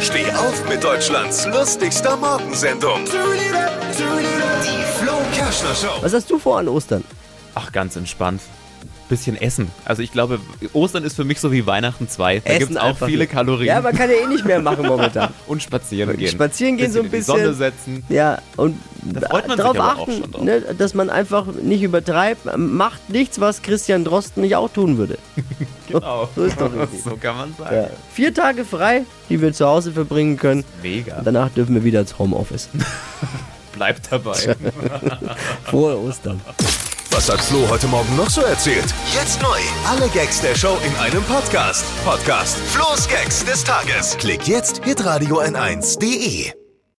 Steh auf mit Deutschlands lustigster Morgensendung. Die Flo Kerschner Show. Was hast du vor an Ostern? Ach, ganz entspannt. Bisschen essen. Also ich glaube, Ostern ist für mich so wie Weihnachten 2. Da Essen gibt es auch einfach viele nur. Kalorien. Ja, man kann ja eh nicht mehr machen momentan. und spazieren gehen. Spazieren gehen so ein In die bisschen. Sonne setzen. Ja, und Da freut man sich darauf aber auch achten, schon drauf. Ne, dass man einfach nicht übertreibt. Macht nichts, was Christian Drosten nicht auch tun würde. Genau. So ist doch richtig. So kann man sagen. Ja. Vier Tage frei, die wir zu Hause verbringen können. Mega. Danach dürfen wir wieder ins Homeoffice. Bleibt dabei. Frohe Ostern. Was hat Flo heute Morgen noch so erzählt? Jetzt neu. Alle Gags der Show in einem Podcast. Podcast Flo's Gags des Tages. Klick jetzt, hitradio n1.de.